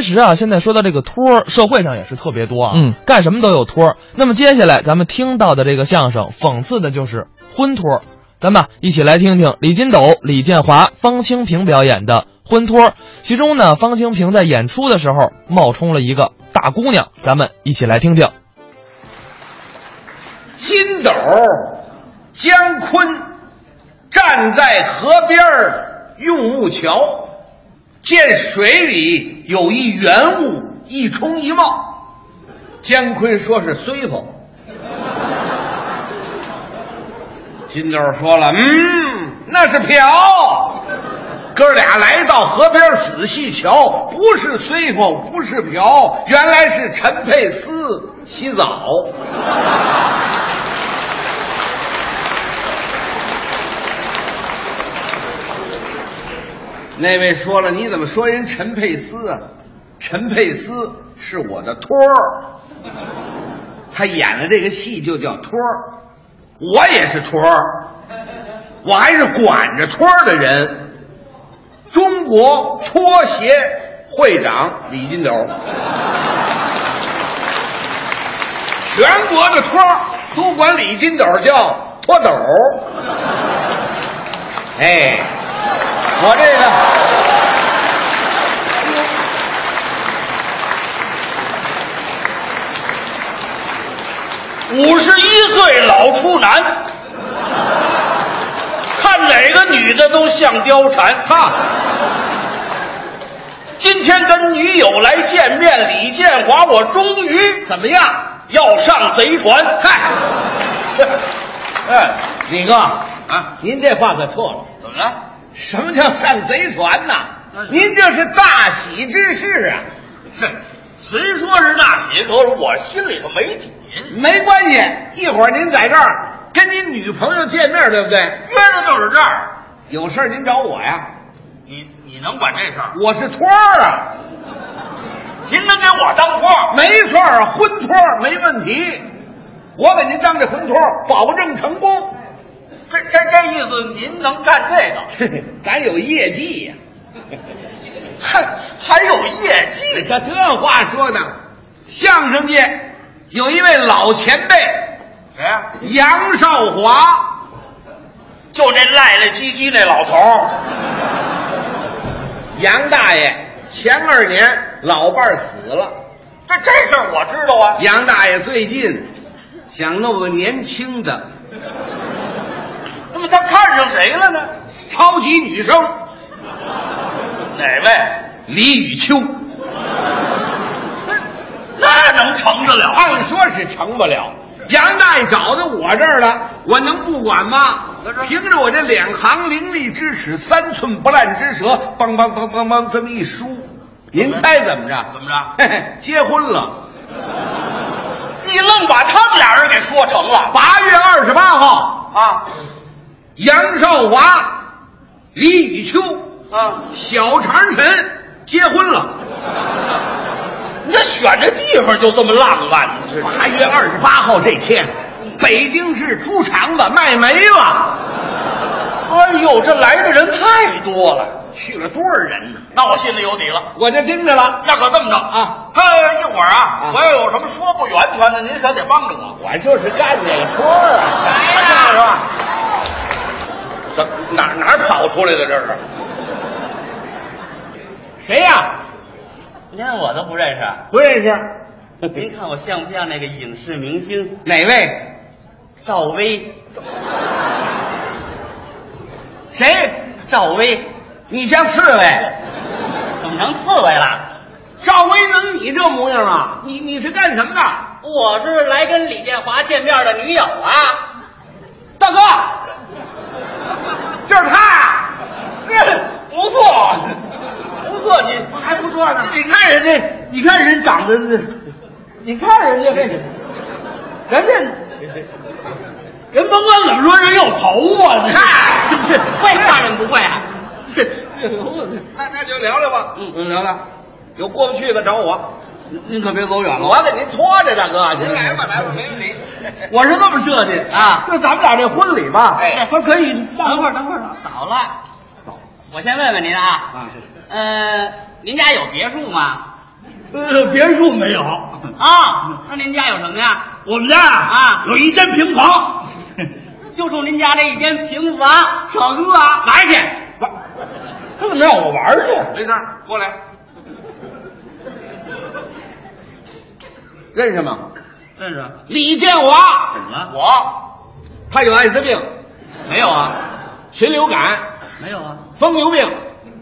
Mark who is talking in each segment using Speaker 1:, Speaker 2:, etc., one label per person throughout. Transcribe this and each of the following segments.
Speaker 1: 其实啊，现在说到这个托儿，社会上也是特别多啊，
Speaker 2: 嗯，
Speaker 1: 干什么都有托儿。那么接下来咱们听到的这个相声，讽刺的就是婚托儿。咱们啊一起来听听李金斗、李建华、方清平表演的婚托儿。其中呢，方清平在演出的时候冒充了一个大姑娘，咱们一起来听听。
Speaker 3: 金斗、姜昆站在河边儿用木桥，见水里有一圆物，一冲一冒。姜昆说是虽否？金斗说了，嗯，那是瓢。哥俩来到河边，仔细瞧，不是虽否，不是瓢，原来是陈佩斯洗澡。那位说了，你怎么说人陈佩斯啊？陈佩斯是我的托儿，他演的这个戏就叫托儿，我也是托儿，我还是管着托儿的人。中国搓协会长李金斗，全国的托儿都管李金斗叫托斗儿，哎。我这个，
Speaker 4: 五十一岁老处男，看哪个女的都像貂蝉。哈，今天跟女友来见面，李建华，我终于
Speaker 3: 怎么样？
Speaker 4: 要上贼船。
Speaker 3: 嗨， 哎，李哥啊，您这话可错了。
Speaker 4: 怎么了？
Speaker 3: 什么叫上贼船呐？您这是大喜 之事啊！
Speaker 4: 虽说是大喜，可是我心里头没底。
Speaker 3: 没关系，一会儿您在这儿跟您女朋友见面，对不对？
Speaker 4: 约的就是这儿，
Speaker 3: 有事儿您找我呀，
Speaker 4: 你你能管这事儿？
Speaker 3: 我是托儿啊，
Speaker 4: 您能给我当托儿？
Speaker 3: 没错儿，婚托儿没问题，我给您当这婚托儿，保证成功。
Speaker 4: 这这这意思，您能干这个？
Speaker 3: 咱有业绩 呀、
Speaker 4: 还还有业绩
Speaker 3: 这这话说的，相声界有一位老前辈
Speaker 4: 谁呀？
Speaker 3: 杨少华，
Speaker 4: 就那赖赖唧唧那老头儿，
Speaker 3: 杨大爷前二年老伴儿死了，
Speaker 4: 这这事儿我知道啊。
Speaker 3: 杨大爷最近想弄个年轻的
Speaker 4: 那么他看上谁了呢？
Speaker 3: 超级女生
Speaker 4: 哪位？
Speaker 3: 李雨秋，
Speaker 4: 那能成得了？
Speaker 3: 按说是成不了。杨大爷找到我这儿了，我能不管吗
Speaker 4: 可是？
Speaker 3: 凭着我这两行伶俐之齿、三寸不烂之舌，梆梆梆梆梆这么一梳，您猜怎么着？
Speaker 4: 怎么着
Speaker 3: 嘿嘿，结婚了，
Speaker 4: 你愣把他们俩人给说成了
Speaker 3: 八月二十八号，
Speaker 4: 啊
Speaker 3: 杨少华、李雨秋、
Speaker 4: 啊！
Speaker 3: 小长陈结婚了。
Speaker 4: 你这选这地方就这么浪漫，你知道吗
Speaker 3: 八月二十八号这天，北京市猪肠子卖没了，
Speaker 4: 哎呦，这来的人太多了，
Speaker 3: 去了多少人呢？
Speaker 4: 那我心里有底了。
Speaker 3: 我就盯着了。
Speaker 4: 那可这么着
Speaker 3: 啊，
Speaker 4: 他一会儿啊
Speaker 3: 啊，
Speaker 4: 我要有什么说不圆全的，您可得帮着我。
Speaker 3: 我就是干这个托儿啊！
Speaker 4: 来呀
Speaker 3: 怎么哪哪跑出来的这是？谁呀、
Speaker 5: 连我都不认 识。啊
Speaker 3: 不认识。
Speaker 5: 您看我像不像那个影视明星
Speaker 3: 哪位？
Speaker 5: 赵薇？
Speaker 3: 谁？
Speaker 5: 赵薇
Speaker 3: 你像刺猬。
Speaker 5: 怎么成刺猬了？
Speaker 3: 赵薇能你这模样啊？你你是干什么的？
Speaker 5: 我是来跟李建华见面的女友啊！
Speaker 3: 大哥，就是他。
Speaker 4: 不错，不错，你
Speaker 3: 还嗯不错呢。你看人家，你看人长得，你看人家这，人家
Speaker 4: 人甭管怎么说，人有头啊！你
Speaker 3: 嗨，
Speaker 5: 会夸人不会啊？
Speaker 3: 那那就聊聊吧。嗯，聊聊。有过不去的找我，
Speaker 5: 您您可别走远
Speaker 3: 我给您拖着，大哥，您来吧，来吧，没问 题。
Speaker 4: 我是这么设计
Speaker 3: 啊，就咱们俩这婚礼吧，
Speaker 4: 哎
Speaker 3: 他可以
Speaker 5: 等会儿，等会儿，早啊了。我先问问您啊，嗯、呃，您家有别墅吗？
Speaker 4: 呃，别墅没有，
Speaker 5: 啊，那您家有什么呀？
Speaker 4: 我们家啊
Speaker 5: 啊
Speaker 4: 有一间平 房，
Speaker 5: 就冲您家这一间平房，小哥啊，
Speaker 4: 来去，玩他怎么让我玩儿去？
Speaker 3: 没事儿，过来。认识吗？
Speaker 5: 认识？啊
Speaker 4: 李建华，
Speaker 3: 怎么了
Speaker 4: 我
Speaker 3: 他有艾滋病、
Speaker 5: 没有啊？
Speaker 3: 禽流感、
Speaker 5: 没有啊？
Speaker 3: 疯牛病，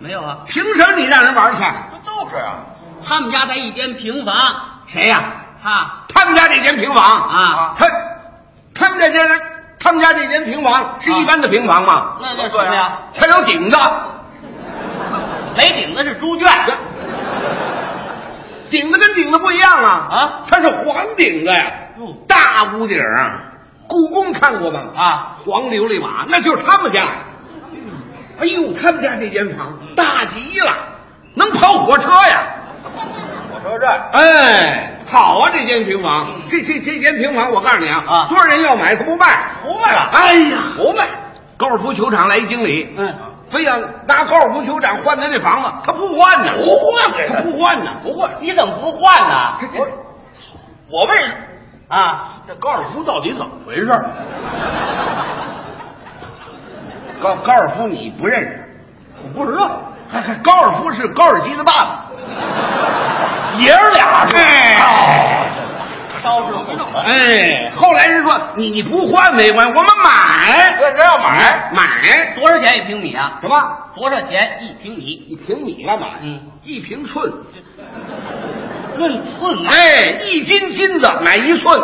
Speaker 5: 没有啊？
Speaker 3: 凭什么你让人玩儿去？
Speaker 4: 就是啊，
Speaker 5: 他们家在一间平房，谁呀、他
Speaker 3: 他们家这间平房
Speaker 5: 啊
Speaker 3: 他他们这间他们家这间平房是一般的平房吗？
Speaker 5: 那那什么呀？
Speaker 3: 它啊有顶子，
Speaker 5: 没顶子是猪圈，
Speaker 3: 顶子跟顶子不一样啊！
Speaker 5: 啊
Speaker 3: 它是黄顶子呀，
Speaker 5: 嗯
Speaker 3: 大屋顶儿啊。故宫看过吗？
Speaker 5: 啊，
Speaker 3: 黄琉璃瓦，那就是他们家呀。哎呦，他们家这间
Speaker 4: 嗯
Speaker 3: 房大极了，能跑火车呀！
Speaker 4: 火车站嗯
Speaker 3: 哎，好啊，这间平房，这这这间平房，我告诉你啊，
Speaker 5: 啊
Speaker 3: 多少人要买，他不卖，
Speaker 4: 不卖了
Speaker 3: 哎呀，不卖。高尔夫球场来一经理，
Speaker 5: 嗯，
Speaker 3: 非要拿高尔夫球场换咱这房子，他不换呢，不换
Speaker 4: 这人
Speaker 3: 他不换呢，
Speaker 5: 不会，你怎么不换呢？
Speaker 3: 这
Speaker 4: 我问
Speaker 5: 啊，
Speaker 4: 这高尔夫到底怎么回事？
Speaker 3: 高高尔夫你不认识，
Speaker 4: 我不知道，
Speaker 3: 高尔夫是高尔基的爸爸，
Speaker 4: 爷儿俩是吧。
Speaker 3: 哎
Speaker 5: 招式不懂。
Speaker 3: 哎，后来人说你你不换没关系，我们买
Speaker 4: 对，人要买，
Speaker 3: 买
Speaker 5: 多少钱一平米啊？
Speaker 3: 什么？
Speaker 5: 多少钱一平米？
Speaker 3: 一平米干嘛呀？
Speaker 5: 嗯，
Speaker 3: 一平寸，
Speaker 5: 论寸啊！
Speaker 3: 哎，一斤金子买一寸，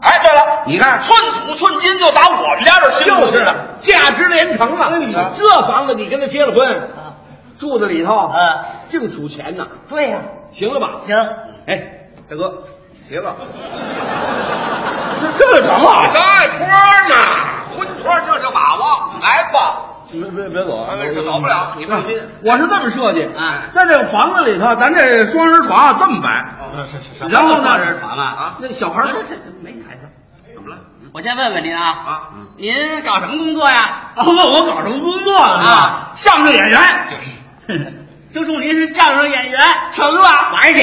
Speaker 4: 哎，对了，
Speaker 3: 你看
Speaker 4: 寸土寸金就打我们家这兴
Speaker 3: 就
Speaker 4: 趣
Speaker 3: 是
Speaker 4: 了。
Speaker 3: 的，价值连城啊！你这房子你跟他结了婚，住在里头，
Speaker 5: 嗯，
Speaker 3: 净数钱呐，
Speaker 5: 对呀、
Speaker 3: 啊行了吧？
Speaker 5: 行，
Speaker 3: 哎，大哥，别了，
Speaker 4: 这这什么啊？
Speaker 3: 大托嘛，婚托这就把握，来吧，
Speaker 4: 别别别走
Speaker 3: 哎这走不啊了，你放心。哎
Speaker 4: 我是这么设计
Speaker 5: 啊，
Speaker 4: 在这个房子里头，咱这双人床啊这么摆，然后呢
Speaker 5: 放这床啊？
Speaker 3: 啊
Speaker 4: 那小孩儿
Speaker 5: 这这这没孩子。
Speaker 3: 怎么了？
Speaker 5: 我先问问您啊，
Speaker 3: 啊嗯
Speaker 5: 您搞什么工作呀？
Speaker 4: 啊问我搞什么工作呢？
Speaker 5: 啊
Speaker 4: 相声演员。
Speaker 5: 听说您是 相声演员，
Speaker 4: 什么啊？
Speaker 5: 玩去。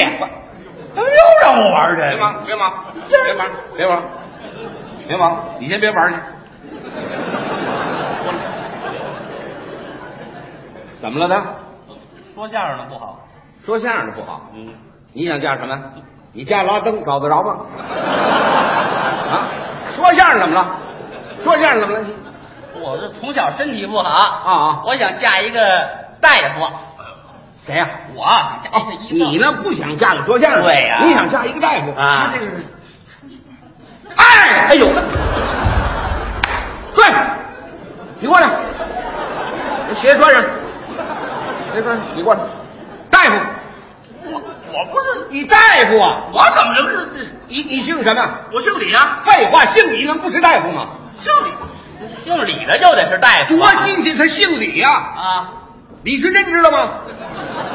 Speaker 4: 他们又让我玩
Speaker 3: 别
Speaker 4: 这个，
Speaker 3: 忙，别忙，别忙，别忙，别忙，你先别玩去。怎么了他？
Speaker 5: 说相声的不好，
Speaker 3: 说相声的不好。
Speaker 5: 嗯，
Speaker 3: 你想嫁什么？你嫁拉登找得着吗？啊，说相声怎么了？说相声怎么了？你
Speaker 5: 我这从小身体不好
Speaker 3: 啊啊
Speaker 5: 我想嫁一个大夫，
Speaker 3: 谁呀、
Speaker 5: 我啊想嫁一个医生。
Speaker 3: 你呢？不想嫁个说相声的？
Speaker 5: 对呀
Speaker 3: 你想嫁一个大夫
Speaker 5: 啊
Speaker 3: 他这个是，哎，哎呦，对，你过来，学说相声，学说相声，你过来，大夫，
Speaker 4: 我我不是，
Speaker 3: 你大夫啊？
Speaker 4: 我怎么能是这？
Speaker 3: 你你姓什么？
Speaker 4: 我姓李啊，
Speaker 3: 废话，姓李能不是大夫吗？
Speaker 4: 姓李。
Speaker 5: 姓李的就得是大夫
Speaker 3: 多新鲜，他姓李呀、
Speaker 5: 啊，
Speaker 3: 李时珍知道吗？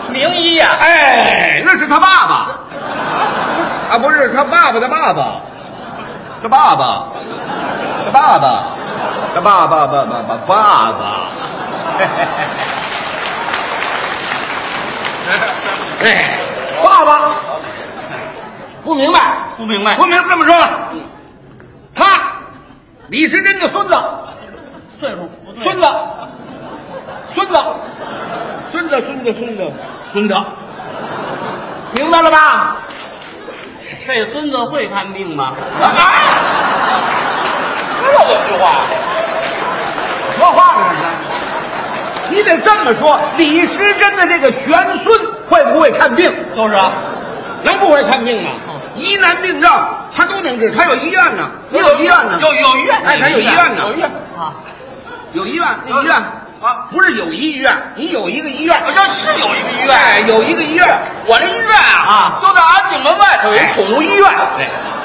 Speaker 5: 名医呀、
Speaker 3: 哎，那是他爸爸， 啊，不是他爸爸的爸爸，他爸爸，他爸爸，他爸爸爸爸爸爸爸。 哎，爸爸，不明白，
Speaker 5: 不明白
Speaker 3: 不明白这么说吧，他李时珍的孙子，
Speaker 5: 岁数不对，
Speaker 3: 孙子，孙子，孙子，孙子，孙子，孙子，明白了吧？
Speaker 5: 这孙子会看病吗？
Speaker 3: 啊！
Speaker 4: 知道这句话？
Speaker 3: 说话干什么？你得这么说，李时珍的这个玄孙会不会看病？
Speaker 5: 就是啊，
Speaker 3: 能不会看病吗？
Speaker 4: 哦
Speaker 3: 疑难病症他都能治，他有医院呢，你有医院呢，
Speaker 4: 有有医院
Speaker 3: 哎，他有医院呢，
Speaker 4: 有医院哦
Speaker 5: 啊，
Speaker 3: 有医院，那医院
Speaker 4: 啊，
Speaker 3: 不是有医院，你有一个医院，
Speaker 4: 我哦这是有一个医
Speaker 3: 哎，
Speaker 4: 院，
Speaker 3: 有一个医院，哎
Speaker 4: 我这医院啊，
Speaker 5: 啊
Speaker 4: 就在安定门外头有一宠物医院。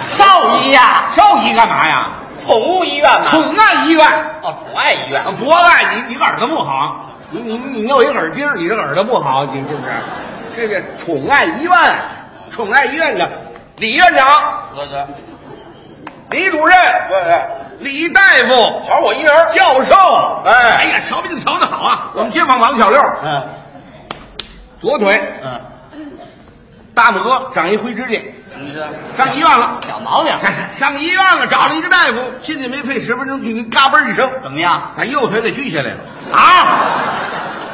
Speaker 5: 兽医呀、
Speaker 3: 兽医哎干嘛呀？
Speaker 5: 宠物医院
Speaker 4: 啊
Speaker 5: 嘛，
Speaker 3: 宠爱医院。
Speaker 5: 哦，宠爱医院，
Speaker 3: 啊，博爱，你你耳朵不好，你你你弄一耳钉，你这耳朵不好，你是不是？这个宠爱医院，宠爱医院的李院长、
Speaker 4: 哥哥，
Speaker 3: 李主任、哎
Speaker 4: 对，
Speaker 3: 李大夫、
Speaker 4: 瞧我一人。
Speaker 3: 教授，
Speaker 4: 哎
Speaker 3: 哎呀，瞧病瞧得嗯好啊！我们街坊王小六，
Speaker 5: 嗯
Speaker 3: 左腿
Speaker 5: 嗯，
Speaker 3: 大拇哥长一灰指甲，
Speaker 4: 你这
Speaker 3: 上医院了，
Speaker 5: 小毛病，
Speaker 3: 上医院了，找了一个大夫，心里没配十分钟，就给嘎嘣一声，
Speaker 5: 怎么样？
Speaker 3: 把右腿给锯下来了。
Speaker 4: 啊，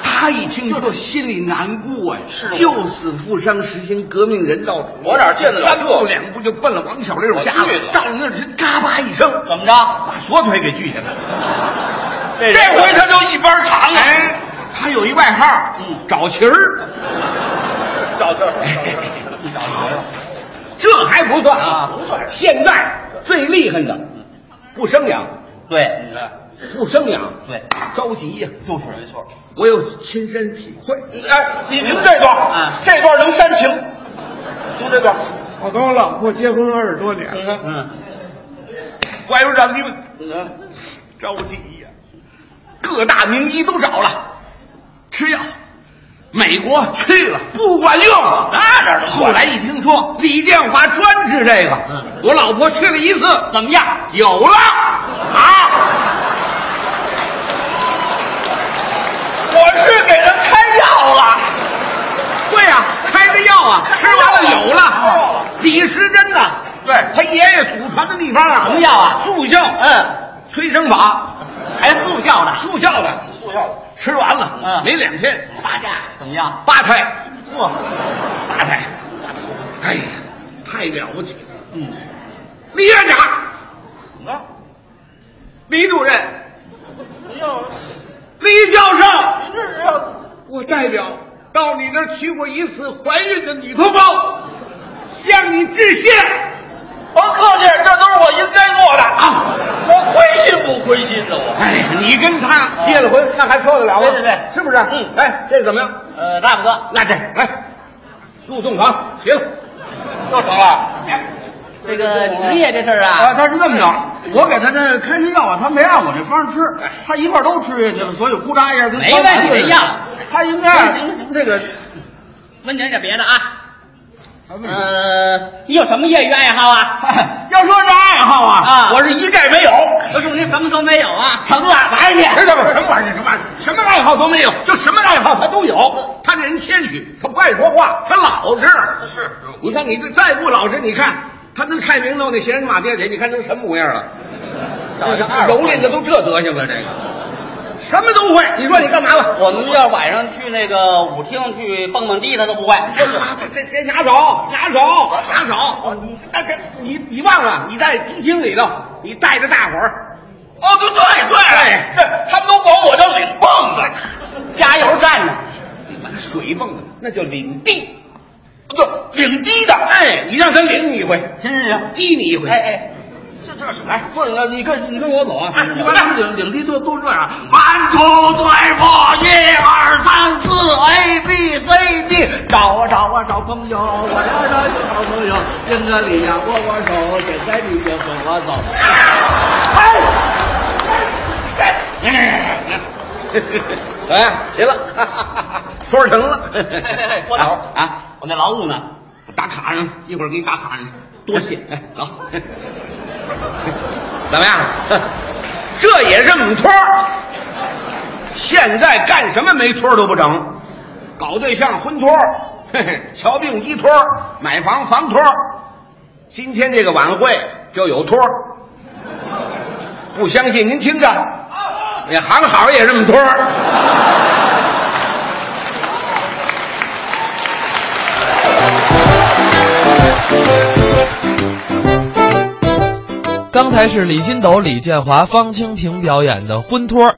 Speaker 3: 他一听说，心里难过呀、
Speaker 4: 是
Speaker 3: 救死扶伤，实行革命人道主义。
Speaker 4: 我哪见得了
Speaker 3: 三
Speaker 4: 这
Speaker 3: 步两步就奔了王小这种家
Speaker 4: 我
Speaker 3: 伙
Speaker 4: 去了，
Speaker 3: 照着那儿直嘎巴一声，
Speaker 5: 怎么着？
Speaker 3: 把左腿给锯下来了。
Speaker 5: 这
Speaker 4: 这回他就一般长啊，
Speaker 3: 哎，他有一外号，
Speaker 5: 嗯
Speaker 3: 找琴儿。哎
Speaker 4: 找这儿
Speaker 3: 这还不算
Speaker 5: 啊
Speaker 3: 不算。现在最厉害的，
Speaker 4: 嗯
Speaker 3: 不生养，
Speaker 5: 对
Speaker 3: 不生养，
Speaker 5: 对，
Speaker 3: 着急呀。
Speaker 4: 就是没错。
Speaker 3: 我有亲身体会。啊
Speaker 4: 哎，你听这段
Speaker 5: 嗯，
Speaker 4: 这段能煽情，听这段，
Speaker 2: 我跟我老婆结婚二十多年了，
Speaker 5: 嗯，
Speaker 3: 外边让你们着急呀、各大名医都找了，吃药，美国去了不管用，
Speaker 4: 那哪能管
Speaker 3: 后来一听说李建华专治这个，我老婆去了一次，
Speaker 5: 怎么样？
Speaker 3: 有了啊，
Speaker 4: 我是给人开药了，
Speaker 3: 对呀、开的药啊，吃完了有了，李时珍呐，
Speaker 4: 对
Speaker 3: 他爷爷祖传的秘方啊，
Speaker 5: 什么药啊
Speaker 3: 速效，
Speaker 5: 嗯，
Speaker 3: 催生法，
Speaker 5: 还哎速效呢？
Speaker 3: 速效的，
Speaker 4: 速效了，
Speaker 3: 吃完了，
Speaker 5: 嗯
Speaker 3: 没两天发家
Speaker 5: 怎么样？
Speaker 3: 八胎。
Speaker 5: 嚯，
Speaker 3: 八代，哎呀，太了不起了！
Speaker 5: 嗯，
Speaker 3: 李院长、
Speaker 4: 怎么了？
Speaker 3: 李主任、
Speaker 4: 哎呦，
Speaker 3: 李教授，
Speaker 4: 这是要
Speaker 3: 我代表到你那儿取过一次怀孕的女同胞，向你致谢。
Speaker 4: 甭客气，这都是我应该做的啊！我亏心不亏心呢？我啊
Speaker 3: 哎呀，你跟他结了婚，那还受得了吗？
Speaker 5: 对对对
Speaker 3: 是不是？
Speaker 5: 嗯
Speaker 3: 哎，这怎么样？
Speaker 5: 呃，大拇哥，
Speaker 3: 那这来入洞房哎结了。
Speaker 4: 又成了，
Speaker 5: 这个职业这事儿
Speaker 2: 啊，
Speaker 5: 啊，
Speaker 2: 他是这么着，我给他这开这药啊，他没按我这方式吃，他一块儿都吃下去了，所以咕喳一下跟
Speaker 5: 没问你这药，
Speaker 2: 他应该
Speaker 5: 行行行
Speaker 2: 这个
Speaker 5: 问点点别的啊。呃，你有什么业余爱好啊？
Speaker 2: 要说这爱好啊，
Speaker 5: 啊
Speaker 2: 我是一概没有，
Speaker 5: 不是，您什么都没有啊？什么玩意
Speaker 3: 这什么什么玩意儿？什么玩意儿？什么爱好都没有，就什么爱好他都有。他这人谦虚，他不爱说话，他老实。是，你看你这再不老实，你看他跟蔡明弄那闲人马爹腿，你看成什么模样了？蹂躏的都这德行了，这个什么都会。你说你干嘛吧？
Speaker 5: 我们要是晚上去那个舞厅去蹦蹦迪，他都不会。
Speaker 3: 啊这这这拿手拿手拿手！哎，这你你忘了你在迪厅里头，你带着大伙儿，
Speaker 4: 哦，对对对，
Speaker 3: 对
Speaker 4: 他们都管我叫领棒子，
Speaker 5: 加油站呢？
Speaker 3: 你把水泵的那叫领地。
Speaker 4: 就领低的。
Speaker 3: 哎，你让他领你一回，
Speaker 5: 行行行，
Speaker 3: 激你一回。
Speaker 5: 哎哎，
Speaker 2: 这这是哎，坐着你跟你跟我走啊，
Speaker 3: 哎
Speaker 2: 你把
Speaker 3: 来
Speaker 2: 俩领领地都都这样，啊
Speaker 4: one two three four，一二三四，A B C D，
Speaker 2: 找啊找啊找朋友，我找找就找朋友，敬个礼呀握握手，现在你就跟我走。
Speaker 3: 哎，行了，托儿成了。
Speaker 5: 哎哎哎，郭头
Speaker 3: 啊，，
Speaker 5: 我那劳务呢？
Speaker 3: 打卡上，一会儿给你打卡上，多谢。哎，走，怎么样？这也是我们托儿。现在干什么没托儿都不整，搞对象婚托儿，嘿嘿，瞧病医托儿，买房房托儿。今天这个晚会就有托儿，不相信您听着，那行好也这么托儿。
Speaker 1: 刚才是李金斗、李建华、方清平表演的《婚托》。